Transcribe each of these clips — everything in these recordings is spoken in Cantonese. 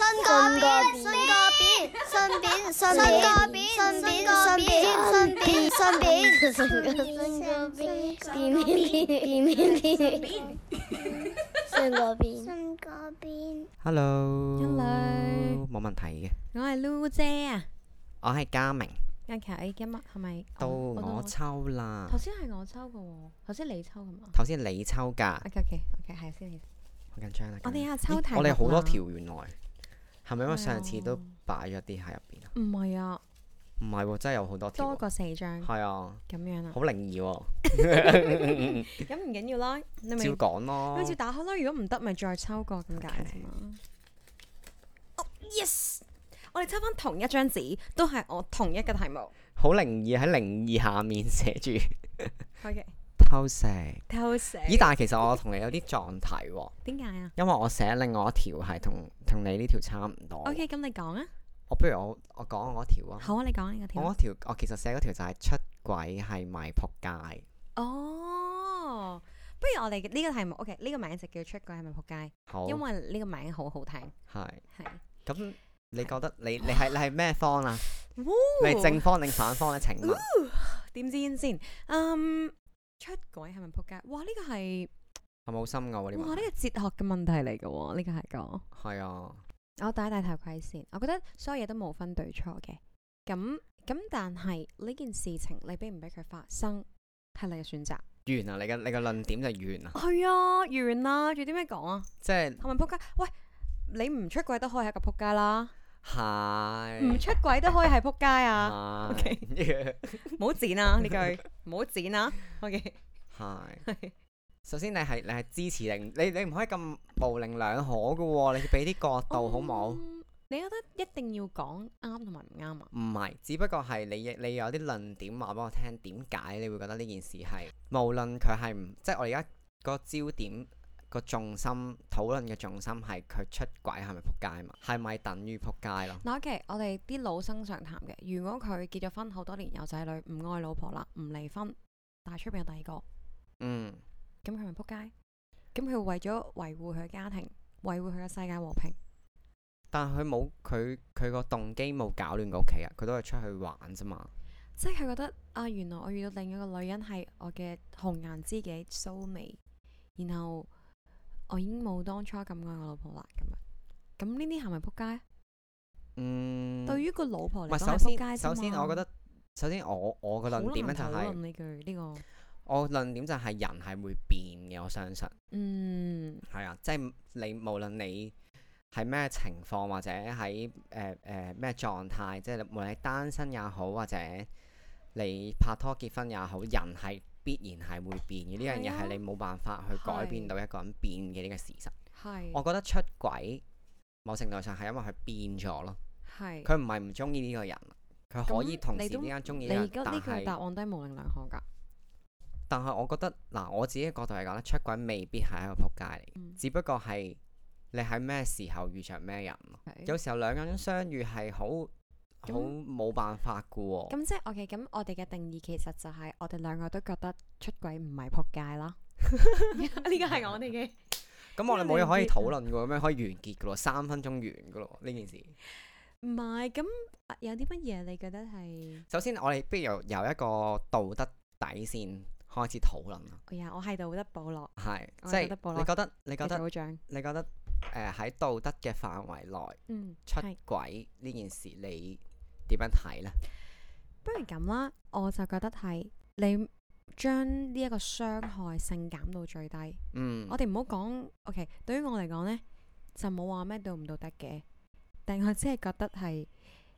信個便，信個便，信個便，信個便，信便，信便，信個便，信個便，便便便便便便便，信個便，信個便。 Hello， Hello 冇問題嘅。我係 Lu 姐啊。我係嘉明， OK，今日係咪到我我到哦我抽啦頭。先係我抽嘅喎，頭先你抽嘅嘛頭先你抽㗎， ？OK OK OK，係先你。好緊張啦。我哋緊啊抽咦題我哋目好多啦條原來係咪因為係上次都啊擺咗啲喺入邊啊？唔係啊，唔係喎，真係有好多條多喎。過四張係啊，咁樣啦。好靈異喎，咁唔緊要啦，你咪照講咯咪。照打開咯。如果唔得，咪再抽過咁解啫嘛。哦，yes！我哋抽翻同一張紙，都係我同一個題目。好靈異喺靈異下面寫 住 OK，偷食。偷食。咦？但係其實我同你有啲撞題喎，點解啊因為我寫另外一條係同同你呢條差唔多。 ？OK，咁你講啊。我不如我我講我嗰條啊。好啊，你講呢個題我目嗰。條我其實寫嗰條就係出軌係咪仆街？哦，不如我哋呢個題目，OK，呢個名就叫出軌係咪仆街？好，因為呢個名好好聽，係係。咁，你覺得你你係你 係咩方啊？你係哦正方定反方咧？請 問點知先？嗯，出軌係咪仆街？哇！呢個係係咪好深奧啊？呢哇個呢個哲學嘅問題嚟嘅喎，呢個係個。係啊，我戴戴頭盔先，我覺得所有嘢都冇分對錯嘅。咁咁，但係呢件事情你俾唔俾佢發生，係你嘅選擇。完啊！你嘅你嘅論點就完啊！係啊，完啦，仲有啲咩講啊？即係係咪仆街？喂，你唔出軌都可以係個仆街啦。唔係出軌都可以係仆街係啊！OK 唔好剪啊呢句，唔好剪啊。OK， 係。首先你係你係支持定你你唔可以咁模棱兩可嘅喎，你俾啲角度好冇？嗯你覺得一定要講啱同埋唔啱啊？唔係，只不過係你你有啲論點話俾我聽，點解你會覺得呢件事係無論佢係唔即係我而家個焦點個重心討論嘅重心係佢出軌係咪撲街嘛？係咪等於撲街咯？嗱，OK，我哋啲老生常談嘅，如果佢結咗婚好多年有仔女，唔愛老婆啦，唔離婚，但係出邊有第二個，嗯，咁佢咪仆街？咁佢為咗維護佢嘅家庭，維護佢嘅世界和平，但佢冇佢佢個動機冇搞亂個屋企啊，佢都係出去玩啫嘛。即係佢覺得啊，原來我遇到另一個女人係我嘅紅顏知己蘇眉，然後我已經冇當初咁愛我老婆啦，咁樣。咁呢啲係咪仆街啊？嗯，對於個老唔婆嚟係講首係仆街先首先，我覺得首先我我個論點咧就係係、呢句呢個，我論點就係人係會變嘅，我相信。嗯，係啊，即係你無論你係咩情況或者喺誒誒咩狀態，即係無論你單身也好，或者你拍拖結婚也好，人係必然係會變嘅。呢樣嘢係啊係你冇辦法去改變係到一個人變嘅呢個事實。我係覺得出軌某程度上係因為佢變咗咯，係。佢唔係唔中意呢個人，佢可以咁同你時之都間中意你呢個人，而家但呢句係答案都係模棱兩可㗎。但係我覺得嗱，我自己嘅角度嚟講咧，出軌未必係一個仆街嚟嘅，嗯只不過係你喺咩時候遇着咩人咯。係有時候兩個人相遇係好好冇辦法噶喎、咁即係 OK，咁我哋嘅定義其實就係我哋兩個都覺得出軌唔係仆街啦。呢個係我哋嘅。咁我哋冇嘢可以因為你討論噶喎，咁樣可以完結噶咯，三分鐘完噶咯呢件事。唔係，咁啊有啲乜嘢你覺得係？首先我哋不如由由一個道德底線開始討論啦，哎呀，我係道德保羅，係我即覺得保係羅你覺得你你覺得組長。你覺得誒喺道德嘅範圍內嗯，出係軌呢件事，你點樣睇呢？不如咁啦，我就覺得係你將呢一個傷害性減到最低。嗯，我哋唔好講，OK。對於我嚟講呢，就冇話咩道唔道德嘅，但我只係覺得係誒、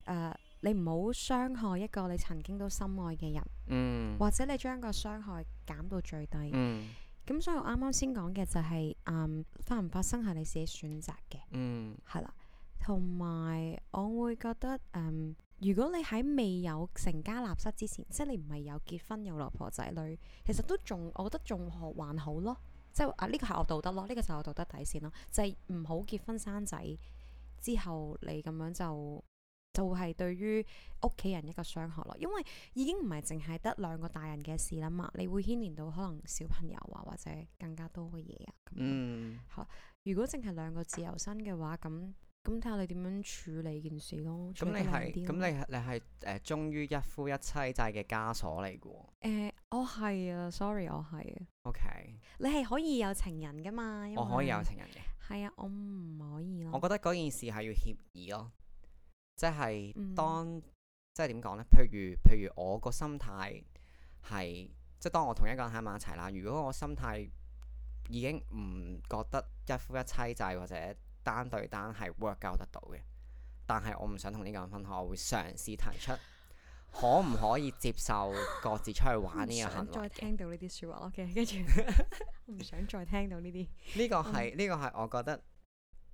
呃你唔好傷害一個你曾經都深愛嘅人，嗯或者你將個傷害減到最低。咁、嗯所以我啱啱先講嘅就係、嗯，發唔發生係你自己選擇嘅，嗯係啦。同埋我會覺得誒、嗯如果你喺未有成家立室之前，即係你唔係有結婚有老婆仔女，其實都仲我覺得仲還還好咯。即係啊，呢、個係我道德咯，呢、個就係我道德底線咯，就係唔好結婚生仔之後，你咁樣就就係、對於屋企人一個傷害咯，因為已經唔係淨係得兩個大人嘅事啦嘛，你會牽連到可能小朋友啊，或者更加多嘅嘢啊。咁樣嗯如果淨係兩個自由身嘅話，咁咁睇下你點樣處理件事咯。咁你係係咁你係你係誒忠於一夫一妻制嘅枷鎖嚟嘅喎。你誒，我係啊，sorry，我係啊。 OK，你係可以有情人噶嘛？因我可以有為情人嘅。係啊，我唔可以我咯。覺得嗰件事係要協議咯，即係嗯當、即係點講呢？譬如譬如我個心態係即係當我同一個人喺埋一齊啦，如果我心態已經唔覺得一夫一妻制或者單對單係 work out 得到嘅，但係我唔想同呢個人分開，我會嘗試提出可唔可以接受各自出去玩呢個行唔想為嘅。再聽到呢啲説話咯嘅，跟 住我唔想再聽到呢啲。呢個嗯係呢個係我覺得誒、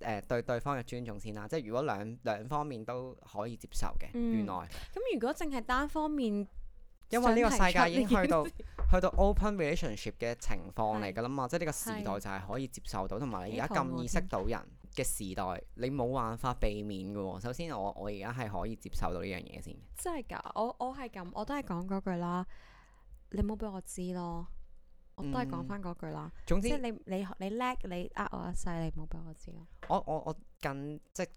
呃、對對方嘅尊重先啦，即係如果兩兩方面都可以接受嘅，嗯原來咁如果淨係單方面，因為呢個世界已經去到想提出呢件去到 open relationship 嘅情況嚟係㗎啦嘛，即係呢個時代係就係可以接受到，同埋你而家幾肚餓咁意識到人嘅時代，你冇辦法避免㗎喎。首先我我而家係可以接受到呢樣嘢先嘅， 真係㗎，我我係咁，我都係講嗰句啦。你冇俾我知咯，我都係講嗯翻嗰句啦。總即之係你你你叻，你呃我一世，你冇俾我知咯。我我我近即係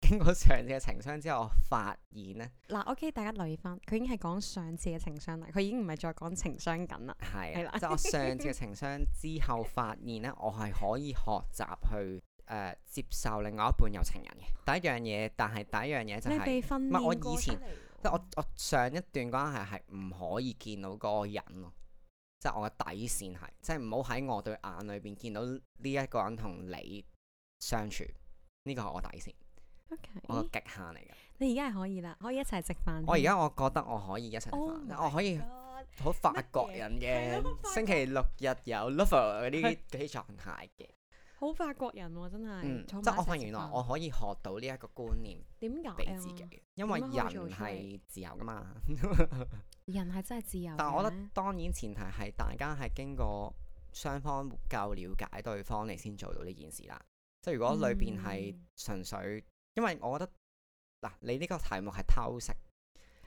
經過上次嘅情商之後，我發現呢嗱，OK，大家留意翻，佢已經係講上次嘅情商啦，佢已經唔係再講情商緊啦。係係啦啦，即係我上次嘅情商之後發現 呢，我係可以學習去誒、呃接受另外一半有情人嘅。第一樣嘢，但係第一樣嘢就你係、被訓唔係練我過以前出嚟即係我我上一段關係係唔可以見到嗰個人咯，即係我嘅底線係，即係唔好喺我對眼裏邊見到呢一個人同你相處，呢個係我底線，我個 OK，極限嚟嘅。你而家係可以啦，可以一齊食飯。我而家我覺得我可以一齊食嗯 Oh 飯 my 我可以 God，好法乜嘢國人係咯嘅法星期六日有 lover 嗰啲嗰啲狀態嘅，好法國人喎，真嗯，係。即坐係我埋一齊發現食原來飯我可以學到呢一個觀念點解俾啊自己，因為點樣可以做人出嚟係自由噶嘛。人係真係自由嘅。但我覺得當然前提係大家係經過雙方夠了解對方，你先做到呢件事啦。即係如果裏邊係嗯純粹，因為我覺得嗱，你呢個題目係偷食，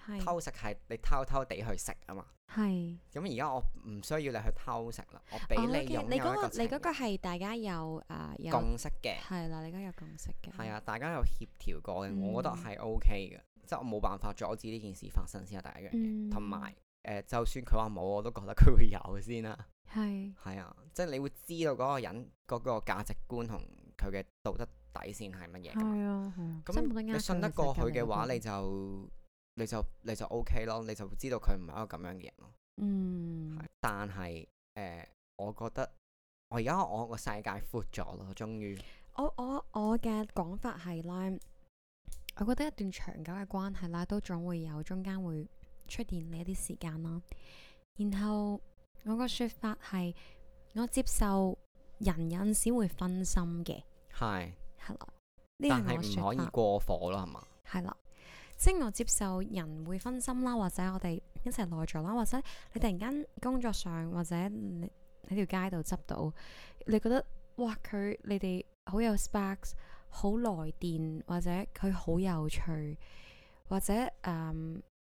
係偷食係你偷偷地去食啊嘛。係。咁而家我唔需要你去偷食啦，我俾哦你，OK，擁有你一嗰個個你嗰個情係大家有啊有共識嘅，係啦，你而家有共識嘅。係啊，大家有協調過嘅，我覺得嗯係 O K 嘅，即係我冇辦法阻止呢件事發生先啊係第一樣嘢，嗯同埋誒，就算佢話冇，我都覺得佢會有先啦。係係啊，即係你會知道嗰個人嗰個價值觀同佢嘅道德底線係乜嘢㗎嘛係啊，係啊，真係冇咁得你信得過佢嘅話，你就你就你就 O K 咯，你就會知道佢唔係一個咁樣嘅人咯。嗯係但係誒、呃我覺得我而家我個世界闊咗咯，終於我我我嘅講法係啦，我覺得一段長久嘅關係啦，都總會有中間會出現呢一啲時間啦。然後我個説法係，我接受人有陣時會分心嘅，係，係啦，呢個但係係我唔可説以法，過火咯，係嘛？係啦。即係我接受人會分心啦，或者我哋一齊耐咗啦，或者你突然間工作上或者你喺條街度執到，你覺得哇佢你哋好有 sparks，好來電，或者佢好有趣，或者誒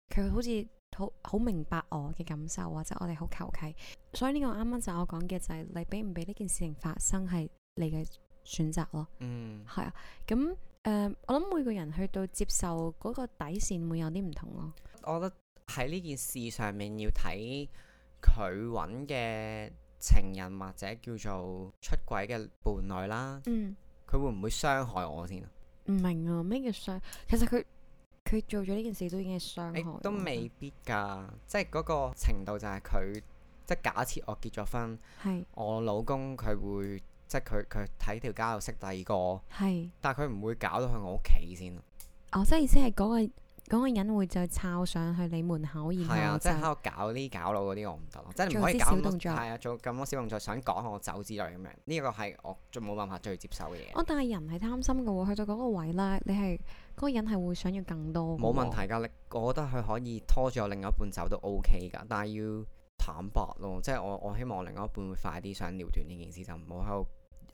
佢、好似好好明白我嘅感受，或者我哋好求其。所以呢個啱啱就我講嘅就係、你俾唔俾呢件事情發生係你嘅選擇咯。嗯，係啊，咁誒、呃我諗每個人去到接受嗰個底線會有啲唔同咯。我覺得喺呢件事上面要睇佢揾嘅情人或者叫做出軌嘅伴侶啦。嗯，佢會唔會傷害我先啊？唔明啊，咩叫傷？其實佢佢做咗呢件事都已經係傷誒、害，都未必㗎，即係嗰個程度就係佢，即係假設我結咗婚，係我老公佢會即係佢佢睇條街度識第二個，係，但係佢唔會搞到去我屋企先咯。我即係意思係嗰、個。嗰個人會就抄上去你門口，然係啊，後即就係喺度搞呢搞路嗰啲我唔得咯，即係你唔做可以啲搞小咁多動作係啊，做咁多小動作想講我走之類咁樣，呢個係我最冇辦法最接受嘅嘢。哦，但係人係貪心嘅喎，去到嗰個位啦，你係嗰個人係會想要更多。冇問。題㗎，你我覺得佢可以拖住我另一半走都 OK 㗎，但係要坦白咯，即係我我希望我另一半會快啲想了斷呢件事，就唔好喺度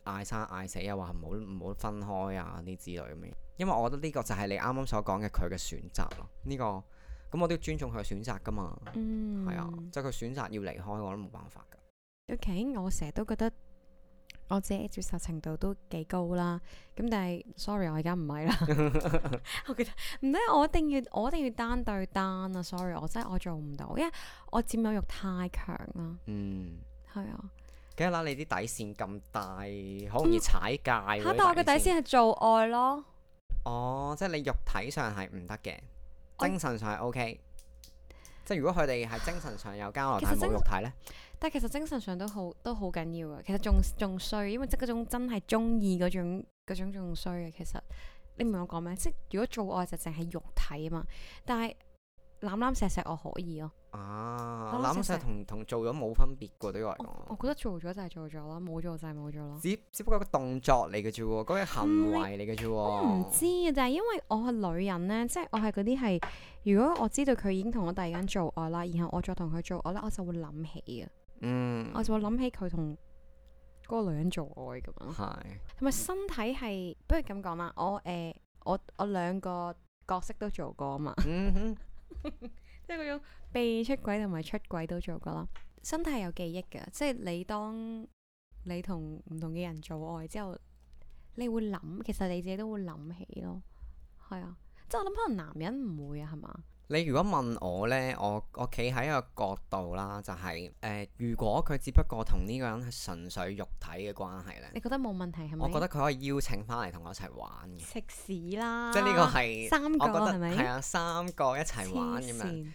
嗌生嗌死啊，話唔好唔好分開啊啲之類咁樣。因為我覺得呢個就係你啱啱所講嘅佢嘅選擇咯，呢、個咁我都要尊重佢嘅選擇㗎嘛，嗯。啊係啊，即係佢選擇要離開我都冇辦法㗎。 O.K. 我成日都覺得我自己接受程度都幾高啦。咁但係，sorry，我而家唔係啦。 我覺得唔得，我一定要我一定要單對單啊！sorry，我真係我做唔到，因為我佔有欲太強啦。嗯，係啊，梗係啦，你啲底線咁大，好容易踩界喎。嚇！啲但我嘅底線係做愛咯。哦，即係你肉體上係唔得嘅，我精神上係 O K。即係如果佢哋係精神上有交流，其實但係冇精肉體呢？但係其實精神上都好都好緊要啊嘅，其實仲仲衰，因為即係嗰種真係中意嗰種嗰種仲衰嘅。其實你明我講咩？即係如果做愛就淨係肉體啊嘛，但係攬攬錫錫我可以咯。啊，我諗諗實實實同同做咗冇分別嘅，對我嚟我我講，覺得做咗就係做咗啦，冇做就係冇做咯。只只不過個動作嚟嘅啫喎，嗰個行唔係為嚟嘅啫嗯我唔喎。知啊，但係因為我係女人咧，即係我係嗰啲係，如果我知道佢已經同我第二間做愛啦，然後我再同佢做愛咧，我就會諗起啊，嗯，我就會諗起佢同嗰個女人做愛咁樣咯。係同埋身體係，不如咁講啦，我誒、呃我我兩個角色都做過啊嘛，嗯哼。即係嗰種被出軌同埋出軌都做過啦。身體係有記憶嘅，即係你當你同唔同嘅人做愛之後，你會諗，其實你自己都會諗起咯。係啊，即係我諗可能男人唔會啊，係嘛？你如果問我呢，我我企喺一個角度啦，就係、呃如果佢只不過同呢個人係純粹肉體嘅關係呢，你覺得冇問題係咪？我覺得佢可以邀請翻嚟同我一齊玩嘅，食屎啦！即係呢個係啊三我覺個係得咪？係啊，三個一齊玩咁黐樣，線，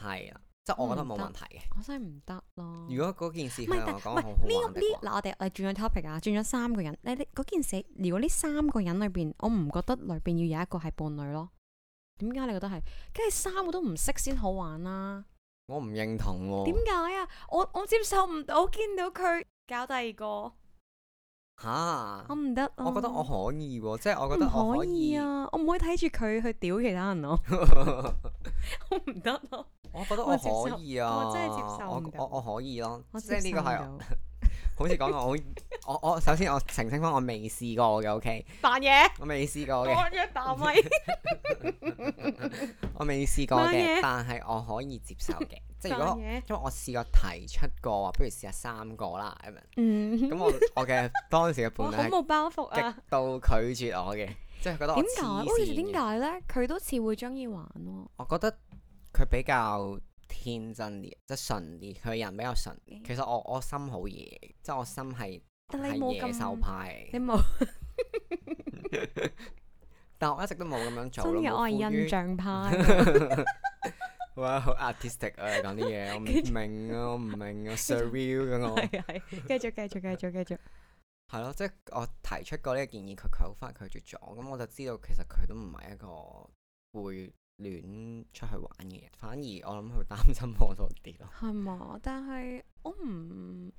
係啊，即係我覺得冇唔得問題嘅。我真係唔得咯。如果嗰件事唔佢係，同但我講好好唔係玩呢的呢話，嗱，我哋我哋轉咗 topic 啊，轉咗三個人。你你嗰件事，如果呢三個人裏邊，我唔覺得裏邊要有一個係伴侶咯。點解你覺得係？梗係三個都唔識先好玩啦、我唔認同點喎。解啊？我我接受唔到，見到佢搞第二個，嚇我，唔得、啊。我覺得我可以喎，即係我覺得唔我可可以以。啊！我唔可以睇住佢去屌其他人咯， 我唔得啊咯， 我覺得我我接受可以啊，我真係接受唔我到我我可以咯，我即係呢個係。係 好似講我好，我我首先我澄清翻，我未試過嘅，OK，扮嘢，我未試過嘅，講咗 啖咪。 我未試過扮嘢嘅，但係我可以接受 嘅，即係如果扮因嘢為我試過提出過話，不如試下三個啦咁樣， 嗯，咁我我嘅當時嘅我伴好侶係冇包袱啊！極度拒絕我嘅，即係覺得我點解？黐好似線點嘅，解咧？佢都似會中意玩咯。我覺得佢比較天真啲，即係純啲，佢人比較純。其實我我心好野，即係我心係但係你冇野獸咁，派你冇 但我一直都冇咁樣真做咯，嘅，我係冇賦予印象 派。啊哇，好 artistic 啊！你講啲嘢，我唔 跟住明啊，我唔明啊，surreal 嘅我 係係，繼續繼續繼續繼續。係咯，即係我提出過呢個建議，佢佢好快拒絕咗，咁我就知道其實佢都唔係一個會亂出去玩嘅人，反而我諗佢擔心我多啲咯。係嘛？嗯但係我唔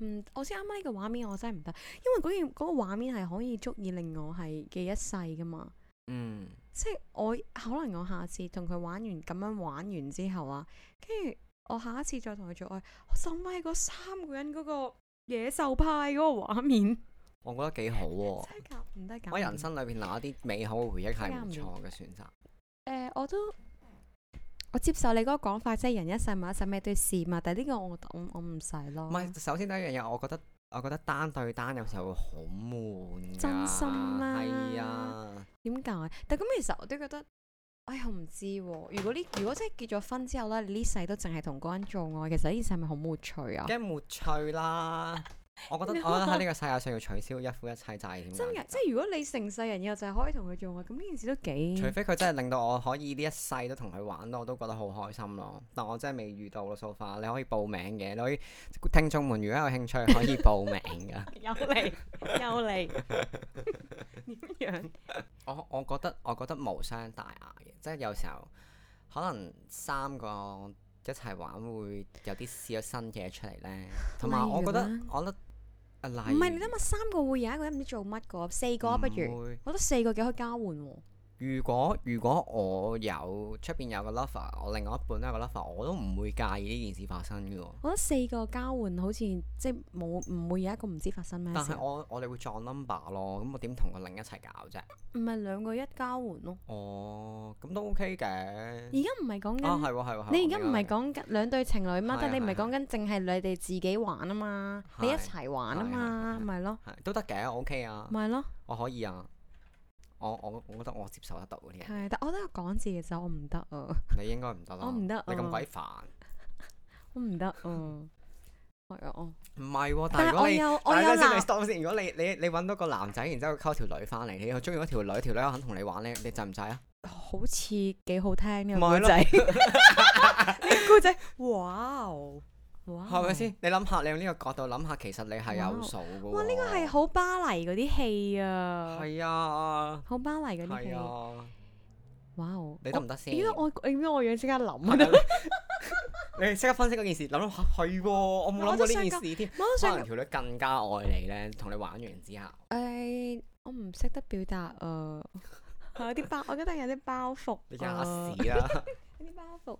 唔，我先啱啱呢個畫面我真係唔得，因為嗰件嗰個畫面係可以足以令我係記一世噶嘛。嗯，即係我可能我下次同佢玩完咁樣玩完之後啊，跟住我下一次再同佢做愛，我就係嗰三個人嗰個野獸派嗰個畫面，我覺得幾好喎、真係搞唔得搞唔掂。我人生裏邊留一啲美好嘅回憶係唔啱錯嘅選擇。誒、呃我都我接受你嗰個講法，即係人一世物一世咩都要試嘛。但係呢個我我我唔使咯。唔係，首先第一樣嘢，我覺得我覺得單對單有時候會好悶㗎。真心啦係啊，點解？但咁其實我都覺得，哎呀我唔知喎、如果呢，如果真係結咗婚之後咧，你呢世都淨係同嗰個人做愛，其實呢世係咪好沒趣啊？梗係沒趣啦。我覺得 No 我覺得喺呢個世界上要取消一夫一妻制啊點真嘅，解？即係如果你成世人以後就係可以同佢做愛，咁呢件事都除幾非佢真係令到我可以呢一世都同佢玩咯，我都覺得好開心咯。但我真係未遇到咯，so far。你可以報名嘅，你可以聽眾們如果有興趣可以報名㗎。 有嚟有嚟 點樣？我我覺得我覺得無傷大雅嘅，即係有時候可能三個一齊玩會有啲試咗新嘢出嚟 呢。同埋例我覺得如呢我覺得啊例唔係你如諗下，三個會有一個人唔知做乜個，四個啊不如，唔會我覺得四個幾可以交換喎、如果如果我有出邊有個 lover，我另外一半都有個 lover，我都唔會介意呢件事發生嘅喎。我覺得四個交換好似即係冇唔會有一個唔知發生咩但事啊係，我我哋會撞 number 咯，咁我點同個另一齊搞啫？唔係兩個一交換咯。哦，咁都 OK 嘅。啊，而家唔係講緊，係喎係喎係喎。你而家唔係明白講緊兩對情侶嘛？係啊但你唔係係啊講緊淨係你哋自己玩啊嘛，係你一齊玩啊嘛，係係係咪咯，係都得嘅，我 OK 啊，咪咯，我可以啊。我我我覺得我接受得到嗰啲嘢，係。但我都有講字嘅時候，我唔得啊， 你應該唔得啦。我唔得你咁啊鬼煩。我唔得啊，係啊，我唔係喎，但係但如係我果你有我但係有等陣先你男， stop 先。如果你你你揾到個男仔，然之後溝條女翻嚟，你又中意嗰條女，條女又肯同你玩咧，你制唔制啊？好似幾好聽咪呢個係故咯仔， 呢個故仔，哇哦，哇哦係咪？先？你諗下，你用呢個角度諗下，其實你係有數嘅喎。哇！呢個係好巴黎嗰啲戲啊，係啊，好巴黎嗰啲戲係。啊，哇哦！你得唔得先？因為我因為我樣即刻諗係啊，咪 你識得分析嗰件事，諗諗下係喎，我冇諗過呢件事添。 我都可想能條女更加愛你咧，同你玩完之後，誒，我唔識得表達啊，係 有 啲包，我覺得有啲包袱你吔啊，屎啦！有啲包袱。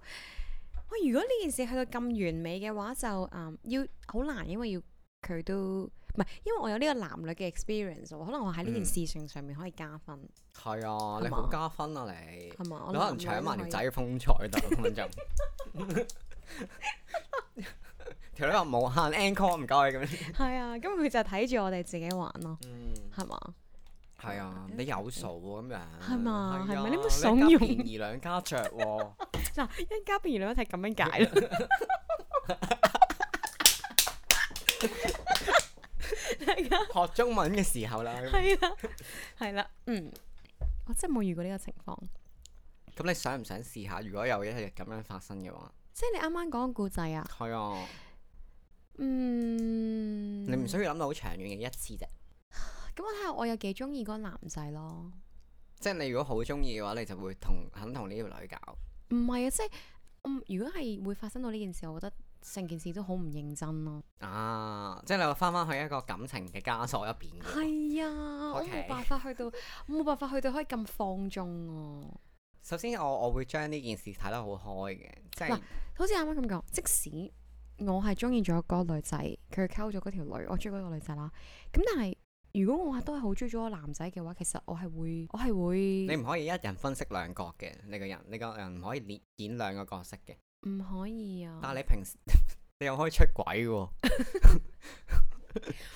哇！如果呢件事去到咁完美嘅話，就嗯要好難，因為要佢都唔係，因為我有呢個男女嘅 experience，喎可能我喺呢件嗯事情上面可以加分，係啊，你係嘛好加分啊你！係嘛？我你可男能女搶埋都條可以仔嘅風采度，根本就。 條女話無限 encore 唔該咁樣。係啊，咁佢就睇住我哋自己玩咯，嗯，係嘛？係啊，你有數喎咁樣。係嘛係啊係咪你冇一家慫恿便宜兩家着喎。 嗱，一家變二兩一係咁樣 解啦。大家學中文嘅時候啦，咁係啦，係啦，嗯，我真係冇遇過呢個情況。咁你想唔想試下？如果有一日咁樣發生嘅話，即係你啱啱講個故仔啊，係啊，嗯，你唔需要諗到好長遠嘅一次啫。咁我睇下我有幾中意嗰個男仔咯。即係你如果好中意嘅話，你就會同肯同呢條女搞。唔係啊，即係嗯，如果係會發生到呢件事，我覺得成件事都好唔認真 咯。啊，即係你話翻翻去一個感情嘅枷鎖入邊嘅。係啊，我冇 OK 辦法去到，我冇辦法去到可以咁放縱啊。首先我我會將呢件事睇得好開嘅，即係嗱好似啱啱咁講，即使我係中意咗嗰個女仔，佢溝咗嗰條女，我中意嗰個女仔啦。咁但係如果我係都係好中意咗個男仔嘅話，其實我係會，我係你會唔可以一人分析兩角嘅，你個人你個人唔可以演演兩個角色嘅。唔可以啊。但係你平時 你又可以出軌嘅哦喎，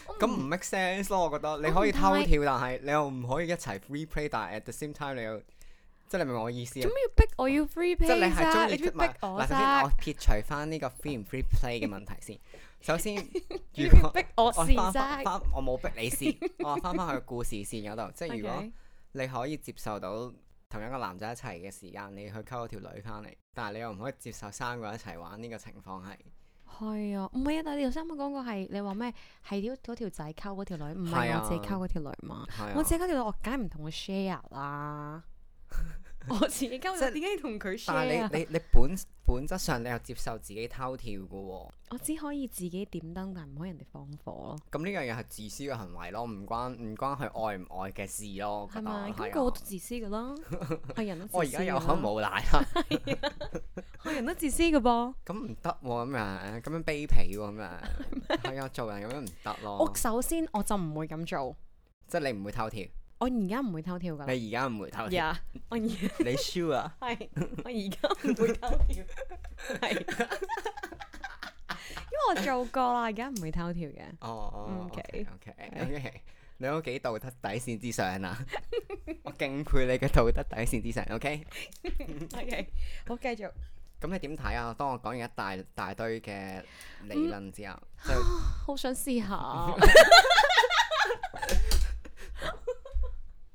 我唔咁唔 make sense 咯，我覺得哦你可以偷跳，但係你又唔可以一齊 free play，但係 at the same time 你又即係你明唔明我意思做啊？咩要逼我要 free 即係 pay 你係啫？中你意做咩出埋逼我嗱，首先我啫？撇除翻呢個 free 唔 free play 嘅問題 先。首先，你如做咩果逼我我事翻翻啫翻我冇逼你試，我翻翻去故事線嗰度，即 係如果。 ？OK，你可以接受到同一個男仔一齊嘅時間，你去溝嗰條女翻嚟，但係你又唔可以接受三個人一齊玩呢、個情況係係啊，唔係啊，但係你頭先啱啱講過係你話咩？係條嗰條仔溝嗰條女，唔係係啊我自己溝嗰條女嘛？係啊我自己溝條女，我梗係唔同佢 share 啦。我自己溝即係咗，點解要同佢 share 但啊係你你你本本質上你又接受自己偷跳嘅喎、我只可以自己點燈，但唔可以人哋放火咯，咁呢樣嘢係自私嘅行為咯，唔關唔關佢愛唔愛嘅事咯，我覺得係咪？咁係個個都啊。自私 噶啊啦，係人都我而自私家㗎有啦口，冇奶啦，係人都自私噶噃。咁唔得喎，咁樣咁樣卑鄙喎，咁 樣係啊，做人咁樣唔得咯我，首先我就唔會咁做，即係你唔會偷跳，我而家唔會偷跳噶啦。你而家唔會偷跳，呀，我而係你 sure 啊？我而家唔會偷 跳，係，因為我做過啦，而家唔會偷跳 嘅。哦，OK 啊 OK OK，你都幾道德底線之上啊！ 我敬佩你嘅道德底線之上，OK？ OK，好繼續。咁你點睇啊？當我講完一大大堆嘅理論之後，嗯就 好想試 下，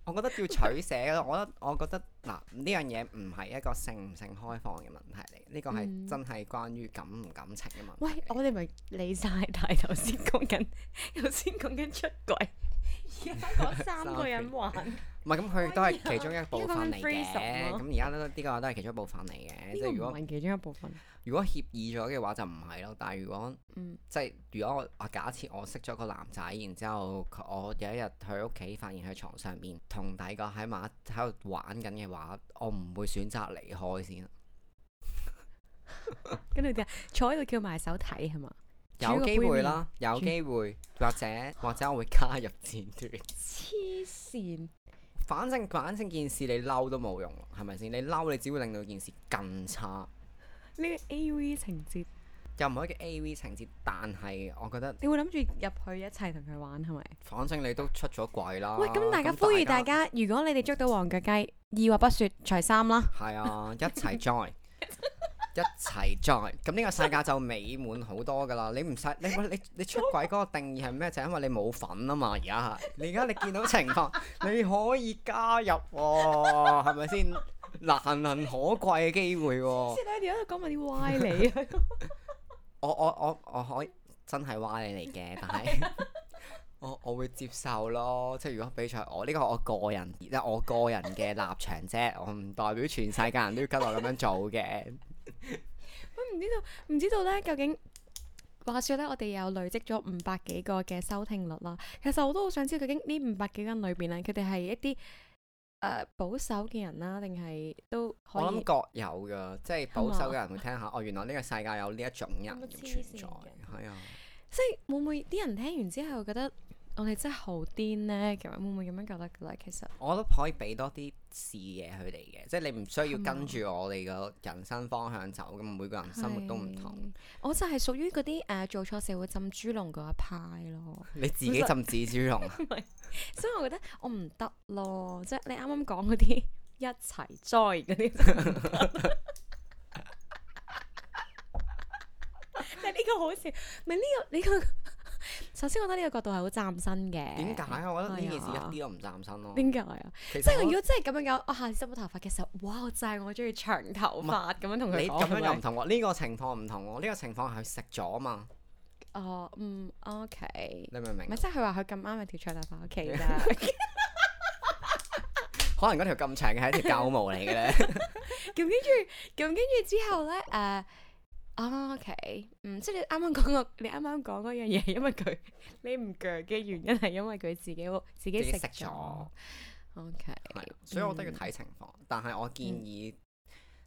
我覺得要取捨咯。我覺得我覺得嗱呢樣嘢唔係一個性唔性開放嘅問題嚟，呢個嗯係真係關於感唔感情嘅問喂題，嚟。我哋咪理晒大頭先講緊，頭先講緊出軌，而家講三個人玩。唔唔係咁，佢都係其中一部分嚟呢個咁嘅。 threesome 啊咯咁而家都呢個都係其中一部分嚟嘅。即呢係如個唔果係其中一部分。如果協議咗嘅話就唔係咯，但係如果嗯，即係如果我我假設我識咗個男仔，然之後佢我有一日去屋企發現佢床上面同第二個喺埋一喺度玩緊嘅話，我唔會選擇離開先。跟住點啊？坐喺度叫埋手睇係嘛？有機會啦，有機會，或者或者我會加入戰團。黐線，反正 反正件事你嬲都冇用，係咪先？你嬲你只會令到件事更差。呢個 A.V. 情節，又唔可以叫 A.V. 情節，但係我覺得你會諗住入去一齊同佢玩係咪？反正你都出咗櫃啦。喂，啊咁大家呼籲大家，如果你哋捉到黃腳雞，二話不說除衫 啦。係啊，一齊 join，一齊 join。咁呢個世界就美滿好多㗎啦。你唔使你喂你你出軌嗰個定義係咩？就係因為你冇份啊嘛。而家係你而家你見到情況，你可以加入喎、係咪先？難能可貴嘅機會喎、即係你哋喺度講埋啲歪理啊！ 我我我我可以真係話你嚟嘅，但係我我會接受咯。即係如果比賽我呢個我個人，即係我個人嘅立場啫，我唔代表全世界人都要跟我咁樣做嘅。唔知道唔知道咧，究竟話說咧，我哋有累積咗五百幾個嘅收聽率啦。其實我都好想知，究竟呢五百幾個人裏邊咧，佢哋係一啲誒、呃保守嘅人啦，定係都可我諗以各有噶，即係保守嘅人會聽下，哦，原來呢個世界有呢一種人咁存黐線在，嘅係啊，即係會唔會啲人聽完之後覺得我哋真係好癲呢？咁樣會唔會咁樣覺得嘅咧？其實我覺得可以俾多啲視野佢哋嘅，即係你唔需要係嘛跟住我哋個人生方向走，咁每個人嗯生活都唔同係，我就係屬於嗰啲誒做錯事會浸豬籠嗰一派 咯。你自己浸自豬 籠。所以我覺得我唔得咯，即係你啱啱講嗰啲一齊 join 嗰啲真係唔得， 但係呢個好笑，唔係呢個呢、個。 首先，我覺得呢個角度係好嶄新嘅。點解？我覺得呢件事係啊一啲都唔擔心咯。點解啊？其即係實如我果真係咁樣講，我下次執咗頭髮嘅時候，哇！我正我中意長頭唔髮咁樣同佢你講。咁樣又係唔咪同喎，呢個情況唔同喎，呢個情況係佢食咗啊嘛，哦，嗯，OK。你明唔明啊咪？即係佢話佢咁啱係條長頭髮 OK 啦。可能嗰條咁長嘅 係一條狗毛嚟嘅咧，咁跟住，咁跟住之後咧，誒、啊 OK，嗯，即係你啱啱講個，你啱啱講嗰樣嘢，因為佢 你唔鋸嘅原因係因為佢自己自自己己食食咗咗，OK，係啊，所以我覺嗯得要睇情況。但係我建議，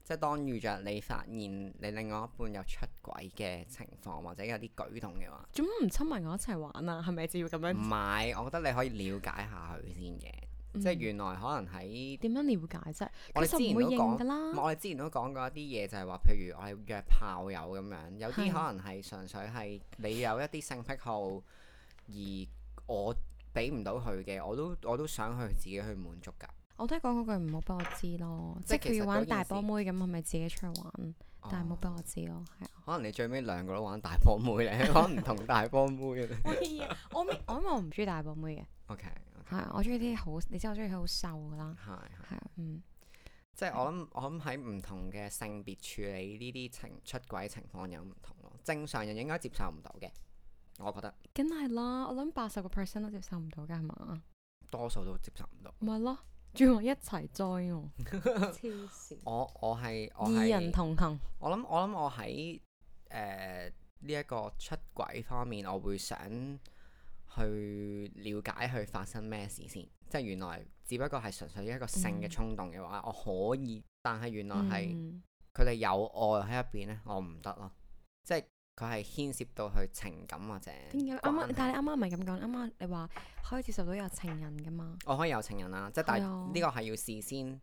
即係當遇着你發現你另外一半有出軌嘅情況，或者有啲舉動嘅話，做乜唔親埋我一齊玩啊？係咪就要咁唔樣？係，我覺得你可以了解下佢先嘅，嗯即係嗯原來可能喺點樣了解啫？我哋佢之就前唔都會講認㗎。唔係啦，我哋之前都講過一啲嘢，就係話，譬如我哋約炮友咁樣，有啲係可能係純粹係你有一啲性癖好，而我俾唔到佢嘅，我都我都想去自己去滿足㗎。我都係講嗰句唔好俾我知咯，即即係係其佢實要嗰玩件大事波妹咁，係咪自己出去玩？但係唔好哦俾我知咯，係啊。可能你最尾兩個都玩大波妹咧，可能唔同大波妹 咧。 我建議我 咪我因為我唔中意大波妹嘅， OK，係啊我中意啲好，你知我中意佢好瘦噶啦，係係。係啊，嗯。即係我諗，我諗喺唔同嘅性別處理呢啲情出軌情況有唔同咯。正常人應該接受唔到嘅，我覺得梗係啦，我諗八十個 percent 都接受唔到㗎，係嘛？多數都接受唔到。咪咯，仲要我一齊 join 我，黐線！我我係我 二係人同行，我諗我諗我喺誒呢一個出軌方面，我會想去了解佢發生咩事先。即係原來只不過係純粹一個性嘅嗯衝動嘅話，我可以，但係原來係嗯佢哋有愛喺入邊咧，我唔得咯。即係佢係牽涉到佢情感或者點解啱關啱？係但係你啱啱唔係咁講，啱啱你話可以接受到有情人㗎嘛？我可以有情人啦，即係但係係啊呢個係要事先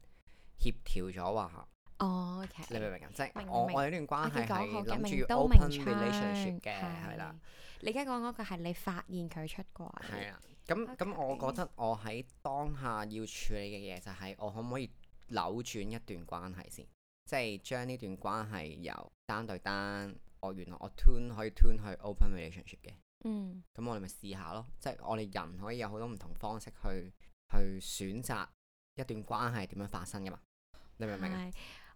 協調咗話。哦你明唔，OK，明啊？即係明我明我有呢段關我係見講好係嘅，諗明住要刀明 open 槍 relationship 嘅，係啦，。你而家講嗰個係你發現佢出軌，係啊啦。咁咁，我覺得我喺當下要處理嘅嘢就係我可唔可以扭轉一段關係先，即係將呢段關係由單對單，我原來我 turn 可以 turn 去 open relationship 嘅，嗯，咁我哋咪試下咯。即係我哋人可以有好多唔同方式去去選擇一段關係點樣發生噶嘛？你明唔明啊？係，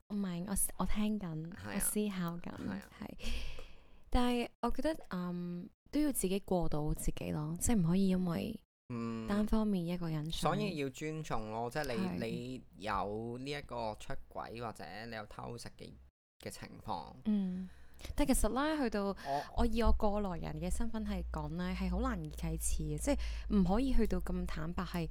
我明，我我聽緊，係啊我思考緊，係啊係。但係我覺得嗯都要自己過到自己咯，即係唔可以因為嗯，單方面一個人想。所以要尊重咯，即係係你你有呢一個出軌或者你有偷食嘅嘅情況，嗯，但其實咧，去到我我以我過來人嘅身份係講咧，係好難以啟齒嘅，即係唔可以去到咁坦白係誒、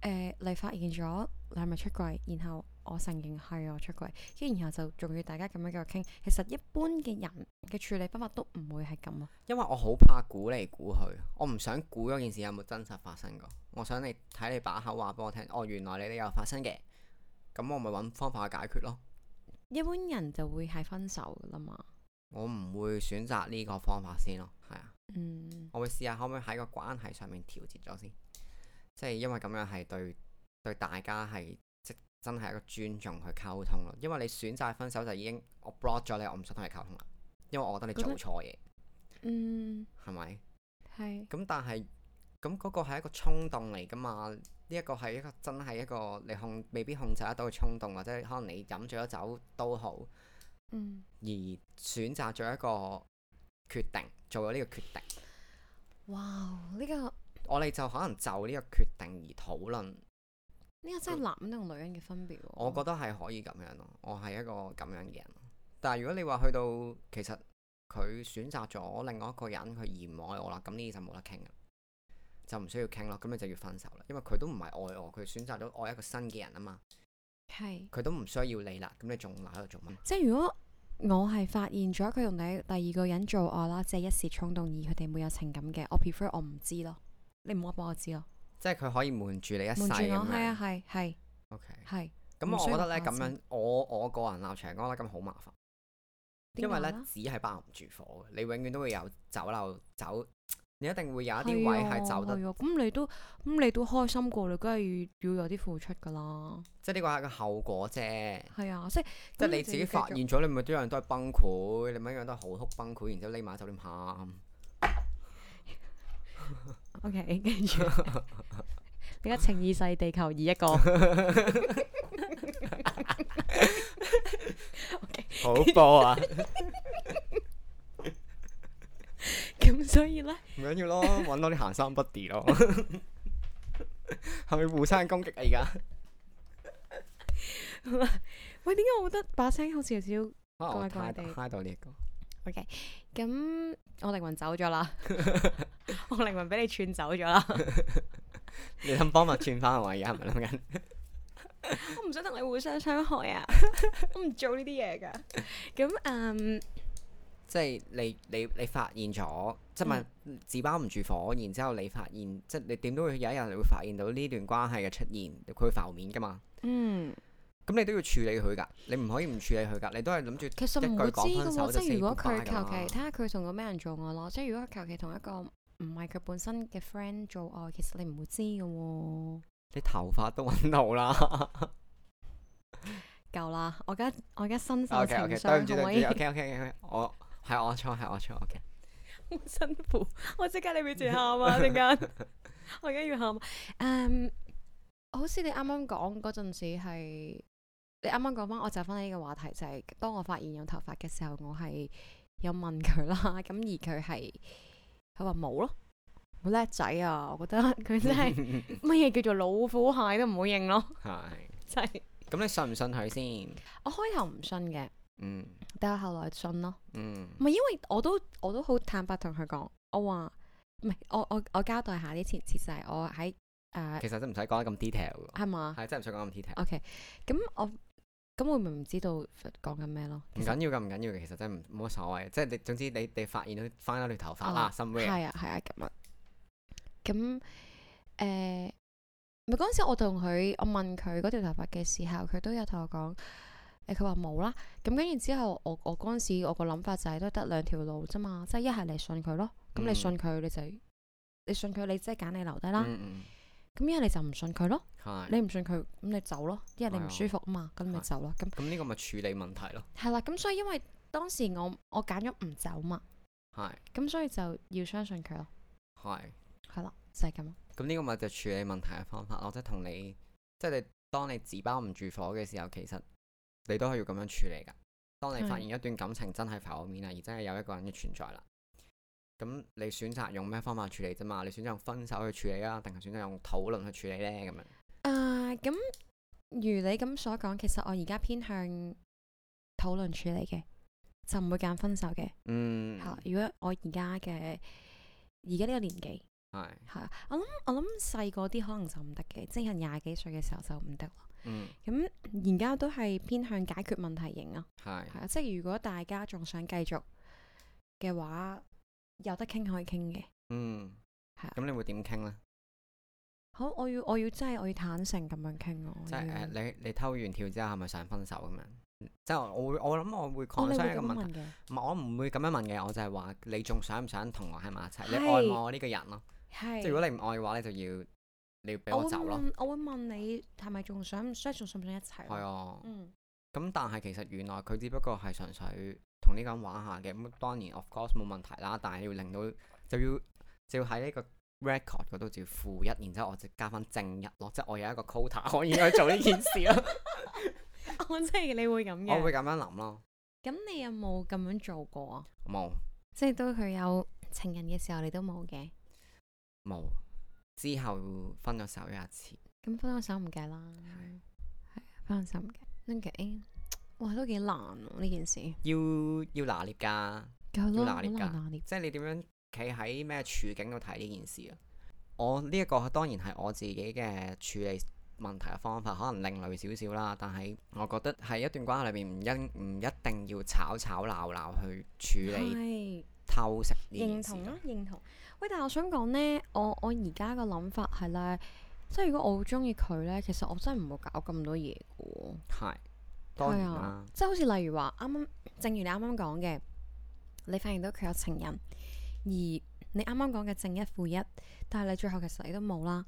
呃你發現咗你係咪出軌，然後我承認係我出軌，跟住然後就仲要大家咁樣繼續傾。其實一般嘅人嘅處理方法都唔會係咁啊咯。因為我好怕估嚟估去，我唔想估嗰件事有冇真實發生過，我想你睇你把口話俾我聽，哦，原來你哋有發生嘅，咁我咪揾方法去解決咯。一般人就會係分手噶啦嘛。我唔會選擇呢個方法先咯，係啊，嗯，我會試下可唔可以喺個關係上面調節咗先，即係因為咁樣係對對大家係即真係一個尊重去溝通咯。因為你選擇分手就已經我 block 咗你，我唔想同你溝通啦，因為我覺得你做覺得錯嘢，嗯，係咪？係咁但係咁嗰個係一個衝動嚟噶嘛？呢、一個係一個真係一個你控未必控制得到嘅衝動，或者可能你飲醉咗酒都好，嗯。而選擇咗一個決定，做咗呢個決定，哇！呢、個呢、我哋就可能就呢個決定而討論。個真係男人同女人嘅分別喎。我覺得係可以咁樣咯，我係一個咁樣嘅人。但係如果你話去到其實佢選擇咗另外一個人，佢而唔愛我啦，咁呢啲就冇得傾啦，就唔需要傾咯。咁你就要分手啦，因為佢都唔係愛我，佢選擇咗愛一個新嘅人啊嘛，係。佢都唔需要你啦。咁你仲喺度做乜？即係如果我係發現咗佢同你第二個人做愛啦，即係一時衝動而佢哋冇有情感嘅，我 prefer 我唔知咯。你唔好幫我知咯，即係佢可以瞞住你一世瞞咁住我係樣。啊係係 OK，係，咁唔我覺需要得咧花咁心樣，我我個人立場講咧咁好麻煩。因為為咧呢，紙係包唔住火嘅，你永遠都會有酒漏走，你一定會有一啲位係走得，係啊咁你都咁你都開心過，你梗係要要有啲付出噶啦。即係呢個係一個後果啫。係啊，即係即係咁你就自己要繼發續現咗，你咪一樣都係崩潰，你咪一樣都係好哭崩潰，然之後匿埋喺酒店喊。 OK，跟住你而家情意世地球以一個好波啊！咁，所以咧 唔緊要咯，揾多啲行山 buddy 咯。 係咪互相攻擊啊？而家喂，點解我覺得把聲好似有少少可啊能我怪太怪地嗨到呢一個。 OK，咁我靈魂走 咗啦， 我靈魂俾你串走咗啦，你諗幫我轉翻我啊而家係咪諗 緊？我唔想同你互相傷害 啊，我唔做呢啲嘢噶。咁嗯，即係你你你發現咗，即係咪嗯紙包唔住火？然之後你發現，即係你點都會有一日你會發現到呢段關係嘅出現，佢會浮面噶嘛？嗯，咁你都要處理佢㗎，你唔可以唔處理佢㗎，你都係諗住其實唔會知一句講噶分手喎，就即四係如果佢 goodbye 㗎求啦其睇下佢同個咩人做愛咯，即係如果佢求其同一個唔係佢本身嘅 friend 做愛，其實你唔會知噶喎。你頭髮都揾到啦。夠啦，我而家我而家身 受 O 情 K O K，對唔傷，住可唔可對唔以住，O K O K O K，我係我錯係我錯，O K。好辛苦， 我即刻你面前喊啊！陣間， 我而家要喊。誒、好似你啱啱講嗰陣時係，你啱啱講翻，我就翻呢個話題就係、當我發現有頭髮嘅時候，我係有問佢啦， 咁而佢係佢話冇咯，好叻仔啊！我覺得 佢真係乜嘢叫做老虎蟹都唔好認咯，係。真係咁你信唔信佢先？我開頭唔信嘅，嗯但我後來信咯。嗯唔係因為我都我都好坦白同佢講，我話唔係我我我交代下啲前設就係我喺誒其實真唔使講得咁 detail 㗎，係嘛係真唔使講得咁 detail。啊？OK，咁我咁我咪唔知道講緊咩咯？唔其實緊要㗎，唔緊要嘅，其實真係唔冇乜所謂。即係你總之你你發現到翻咗你頭髮哦啦，somewhere。係啊係啊咁啊，咁誒咪嗰陣時我同佢我問佢嗰條頭髮嘅時候，佢都有同我講。誒佢話冇啦，咁跟住之後，我我嗰陣時我個諗法就係都得兩條路啫嘛，即係一係你信佢咯，咁你嗯信佢你就你信佢你即係揀你留低啦，嗯嗯，咁一係你就唔信佢咯，係。你唔信佢，咁你走咯，因為你係啊唔舒服啊嘛，咁你咪係走咯。咁咁呢個咪處理問題咯，係啦，咁所以因為當時我我揀咗唔走嘛，係咁所以就要相信佢咯，係。係啦，就係咁咯。咁呢個咪就處理問題嘅方法咯，即係同你，即係你當你紙包唔住火嘅時候，其實你都係要咁樣處理噶。當你發係現一段感情真係浮面啦，而真係有一個人嘅存在啦，咁咁你選擇用咩方法處理啫嘛？你選擇用分手去處理啊，定係選擇用討論去處理呢？咁樣啊，咁如你咁所講，其實我而家偏向討論處理嘅，就唔會揀分手嘅。嗯係啦如果我而家嘅而家呢個年紀，係係啊我諗我諗細個啲可能就唔得嘅，即係廿幾歲嘅時候就唔得啦。嗯咁而家都係偏向解決問題型啊，係係啊，即係如果大家仲想繼續嘅話，有得傾可以傾嘅。嗯係啊咁你會點傾呢？好，我要我要真係我要坦誠咁樣傾咯。我即係要誒，你你偷完跳之後係咪想分手咁樣？即係我會我諗我會哦，講你出會一個咁問題，問嘅。唔係我唔會咁樣問嘅，我就係話你仲想唔想同我喺埋一齊？你係愛唔愛我呢個人咯？係。即係如果你唔愛嘅話，你就要你要俾我我會走咯。問我會問你係咪仲想，即係仲想唔想一齊？係。啊，嗯， 咁但係其實原來佢只不過係純粹同呢個人玩下嘅，咁當然 of course 冇問題啦。但係要令到就要就要喺呢個 record 嗰度就要負一，然之後我就加翻正一咯，即係我有一個 quota 可以去做呢件事 咯。我即係你會咁我嘅。會咁樣諗咯，咁你有冇咁樣做過啊？冇即係當佢有情人嘅時候，你都冇嘅。冇。之後分咗手有一次，咁分咗手唔計啦，係啊，分咗手唔計。OK，哇，都幾難喎呢件事，要要拿捏㗎。夠要咯，拿好捏㗎難啊拿捏。即係你點樣企喺咩處境度睇呢件事啊？我呢一個當然係我自己嘅處理問題嘅方法，可能另類少少啦。但係我覺得喺一段關係裏面，唔一唔一定要吵吵鬧鬧去處理係啊偷食呢件認事同咯啊。，認同。喂，但係我想講呢，我我而家個諗法係咧，即係如果我好中意佢呢，其實我真係唔會搞咁多嘢嘅喎。係當然係啦啊，，即係好似例如話啱啱，正如你啱啱講嘅，你發現到佢有情人，而你啱啱講嘅正一負一，但係你最後其實你都冇啦。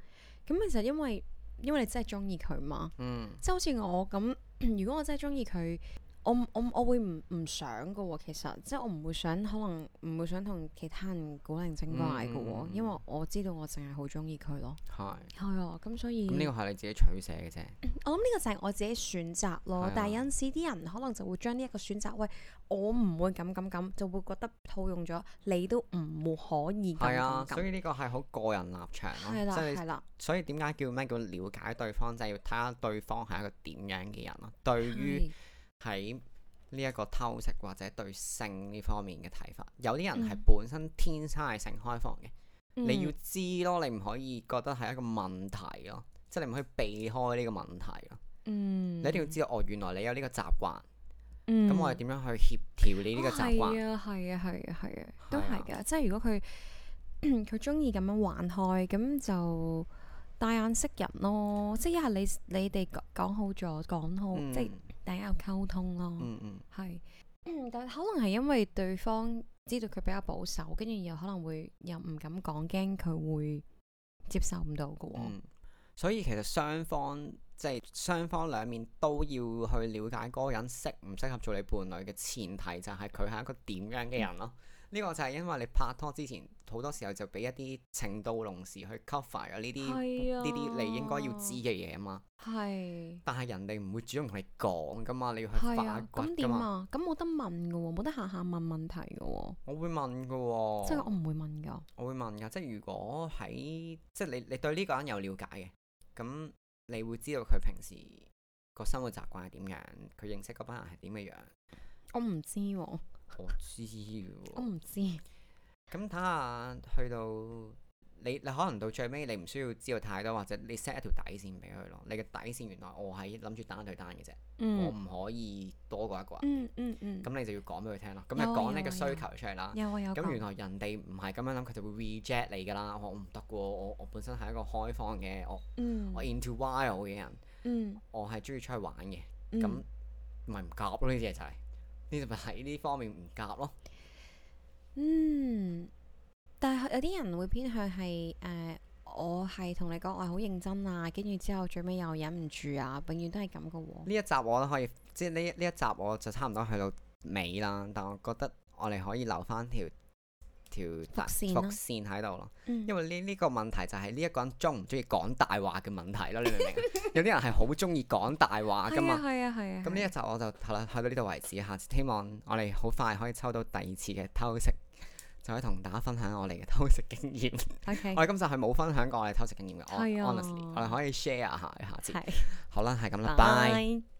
咁其實因為因為你真係中意佢嘛，嗯即係好似我咁， 如果我真係中意佢，我唔我唔我會唔唔想噶喎。其實即係我唔會想，可能唔會想同其他人古靈精怪噶喎，嗯因為我知道我淨係好中意佢咯。係。係啊，咁所以咁呢個係你自己取捨嘅啫，我諗呢個就係我自己選擇係咯，啊但係有陣時啲人可能就會將呢一個選擇，喂，我唔會咁咁咁，就會覺得套用咗，你都唔可以咁係啊咁，所咁。以呢個係好個人立場咯，係啦，即係啊係啦，所以點解叫咩叫了解對方，就係要睇下對方係一個點樣嘅人咯。對於係喺呢一個偷食或者對性呢方面嘅睇法，有啲人係嗯本身天生係性開放嘅，你要嗯知咯，你唔可以覺得係一個問題咯，即係你唔可以避開呢個問題咯，嗯，你一定要知道哦，原來你有呢個習慣，咁、嗯，我哋點樣去協調你呢個習慣？哦係啊，係啊，係啊，係啊，都係啊係㗎。即係如果佢 佢中意咁樣玩開，咁就帶眼識人咯。即係一係你你哋講講好咗，講好，嗯即係大家有溝通咯。嗯嗯係， 但可能係因為對方知道佢比較保守，跟住又可能會又唔敢講，驚佢會接受唔到嘅喎。嗯，所以其實雙方即係雙方兩面都要去了解嗰個人適唔適合做你伴侶嘅前提，就係佢係一個點樣嘅嗯人咯。呢、個就係因為你拍拖之前好多時候就俾一啲情到濃時去 cover 咗呢啲呢係啊，啲你應該要知嘅嘢啊嘛。係但係人哋唔會主動同你講噶嘛，你要去係發啊。掘咁噶點嘛。啊？咁冇得問嘅喎，冇得下下問問題嘅喎，我會問噶喎、即係我唔會問㗎。我會問㗎，即係如果喺即係你你對呢個人有了解嘅，咁你會知道佢平時個生活習慣係點樣，佢認識嗰班人係點嘅樣。我唔知喎，我知 我喎，唔知。咁睇下去到你你可能到最尾你唔需要知道太多，或者你 set 一條底線俾佢咯。你嘅底線原來我係諗住單對單嘅啫，我嗯唔可以多過一個人。嗯嗯嗯，咁你就要講俾佢聽咯，咁你有啊講有你嘅啊需有啊求出嚟啦。有啊有咁原講。來人哋唔係咁樣諗，佢就會 reject 你㗎啦。我我唔得喎，我我本身係一個開放嘅，我嗯我 into wild 嘅人，嗯我係中意出去玩嘅。嗯咁咪唔夾咯，呢啲嘢就係呢啲咪喺呢方面唔夾咯。嗯，但係有啲人會偏向係誒、呃我係同你講我係好認真啊，跟住之後最尾又忍唔住啊，永遠都係咁噶喎。呢一集我都可以，即係呢呢一集我就差唔多去到尾啦。但我覺得我哋可以留翻條條伏線啦線喺度咯，嗯因為呢呢個問題就係呢一個人中唔中意講大話嘅問題咯。你明唔明啊？ 有啲人係好中意講大話㗎係嘛啊。係啊係啊。咁呢係一啊集我就係啦，去到呢度為止。下次希望我哋好快可以抽到第二次嘅偷食，就可以同大家分享我哋嘅偷食經 驗。 OK，我哋今集係冇分享過我哋偷食經驗嘅係啊，honestly，我哋可以 share 下嘅下次。係，好啦，係咁啦，拜。拜。